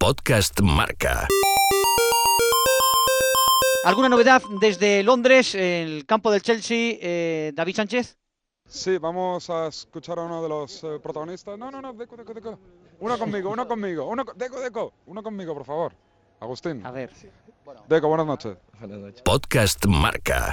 Podcast Marca. ¿Alguna novedad desde Londres, el campo del Chelsea, eh, David Sánchez? Sí, vamos a escuchar a uno de los eh, protagonistas. No, no, no, Deco, Deco, Deco. Uno conmigo, uno conmigo, uno co- Deco, Deco. Uno conmigo, por favor. Agustín. A ver. Deco, buenas noches. Podcast Marca.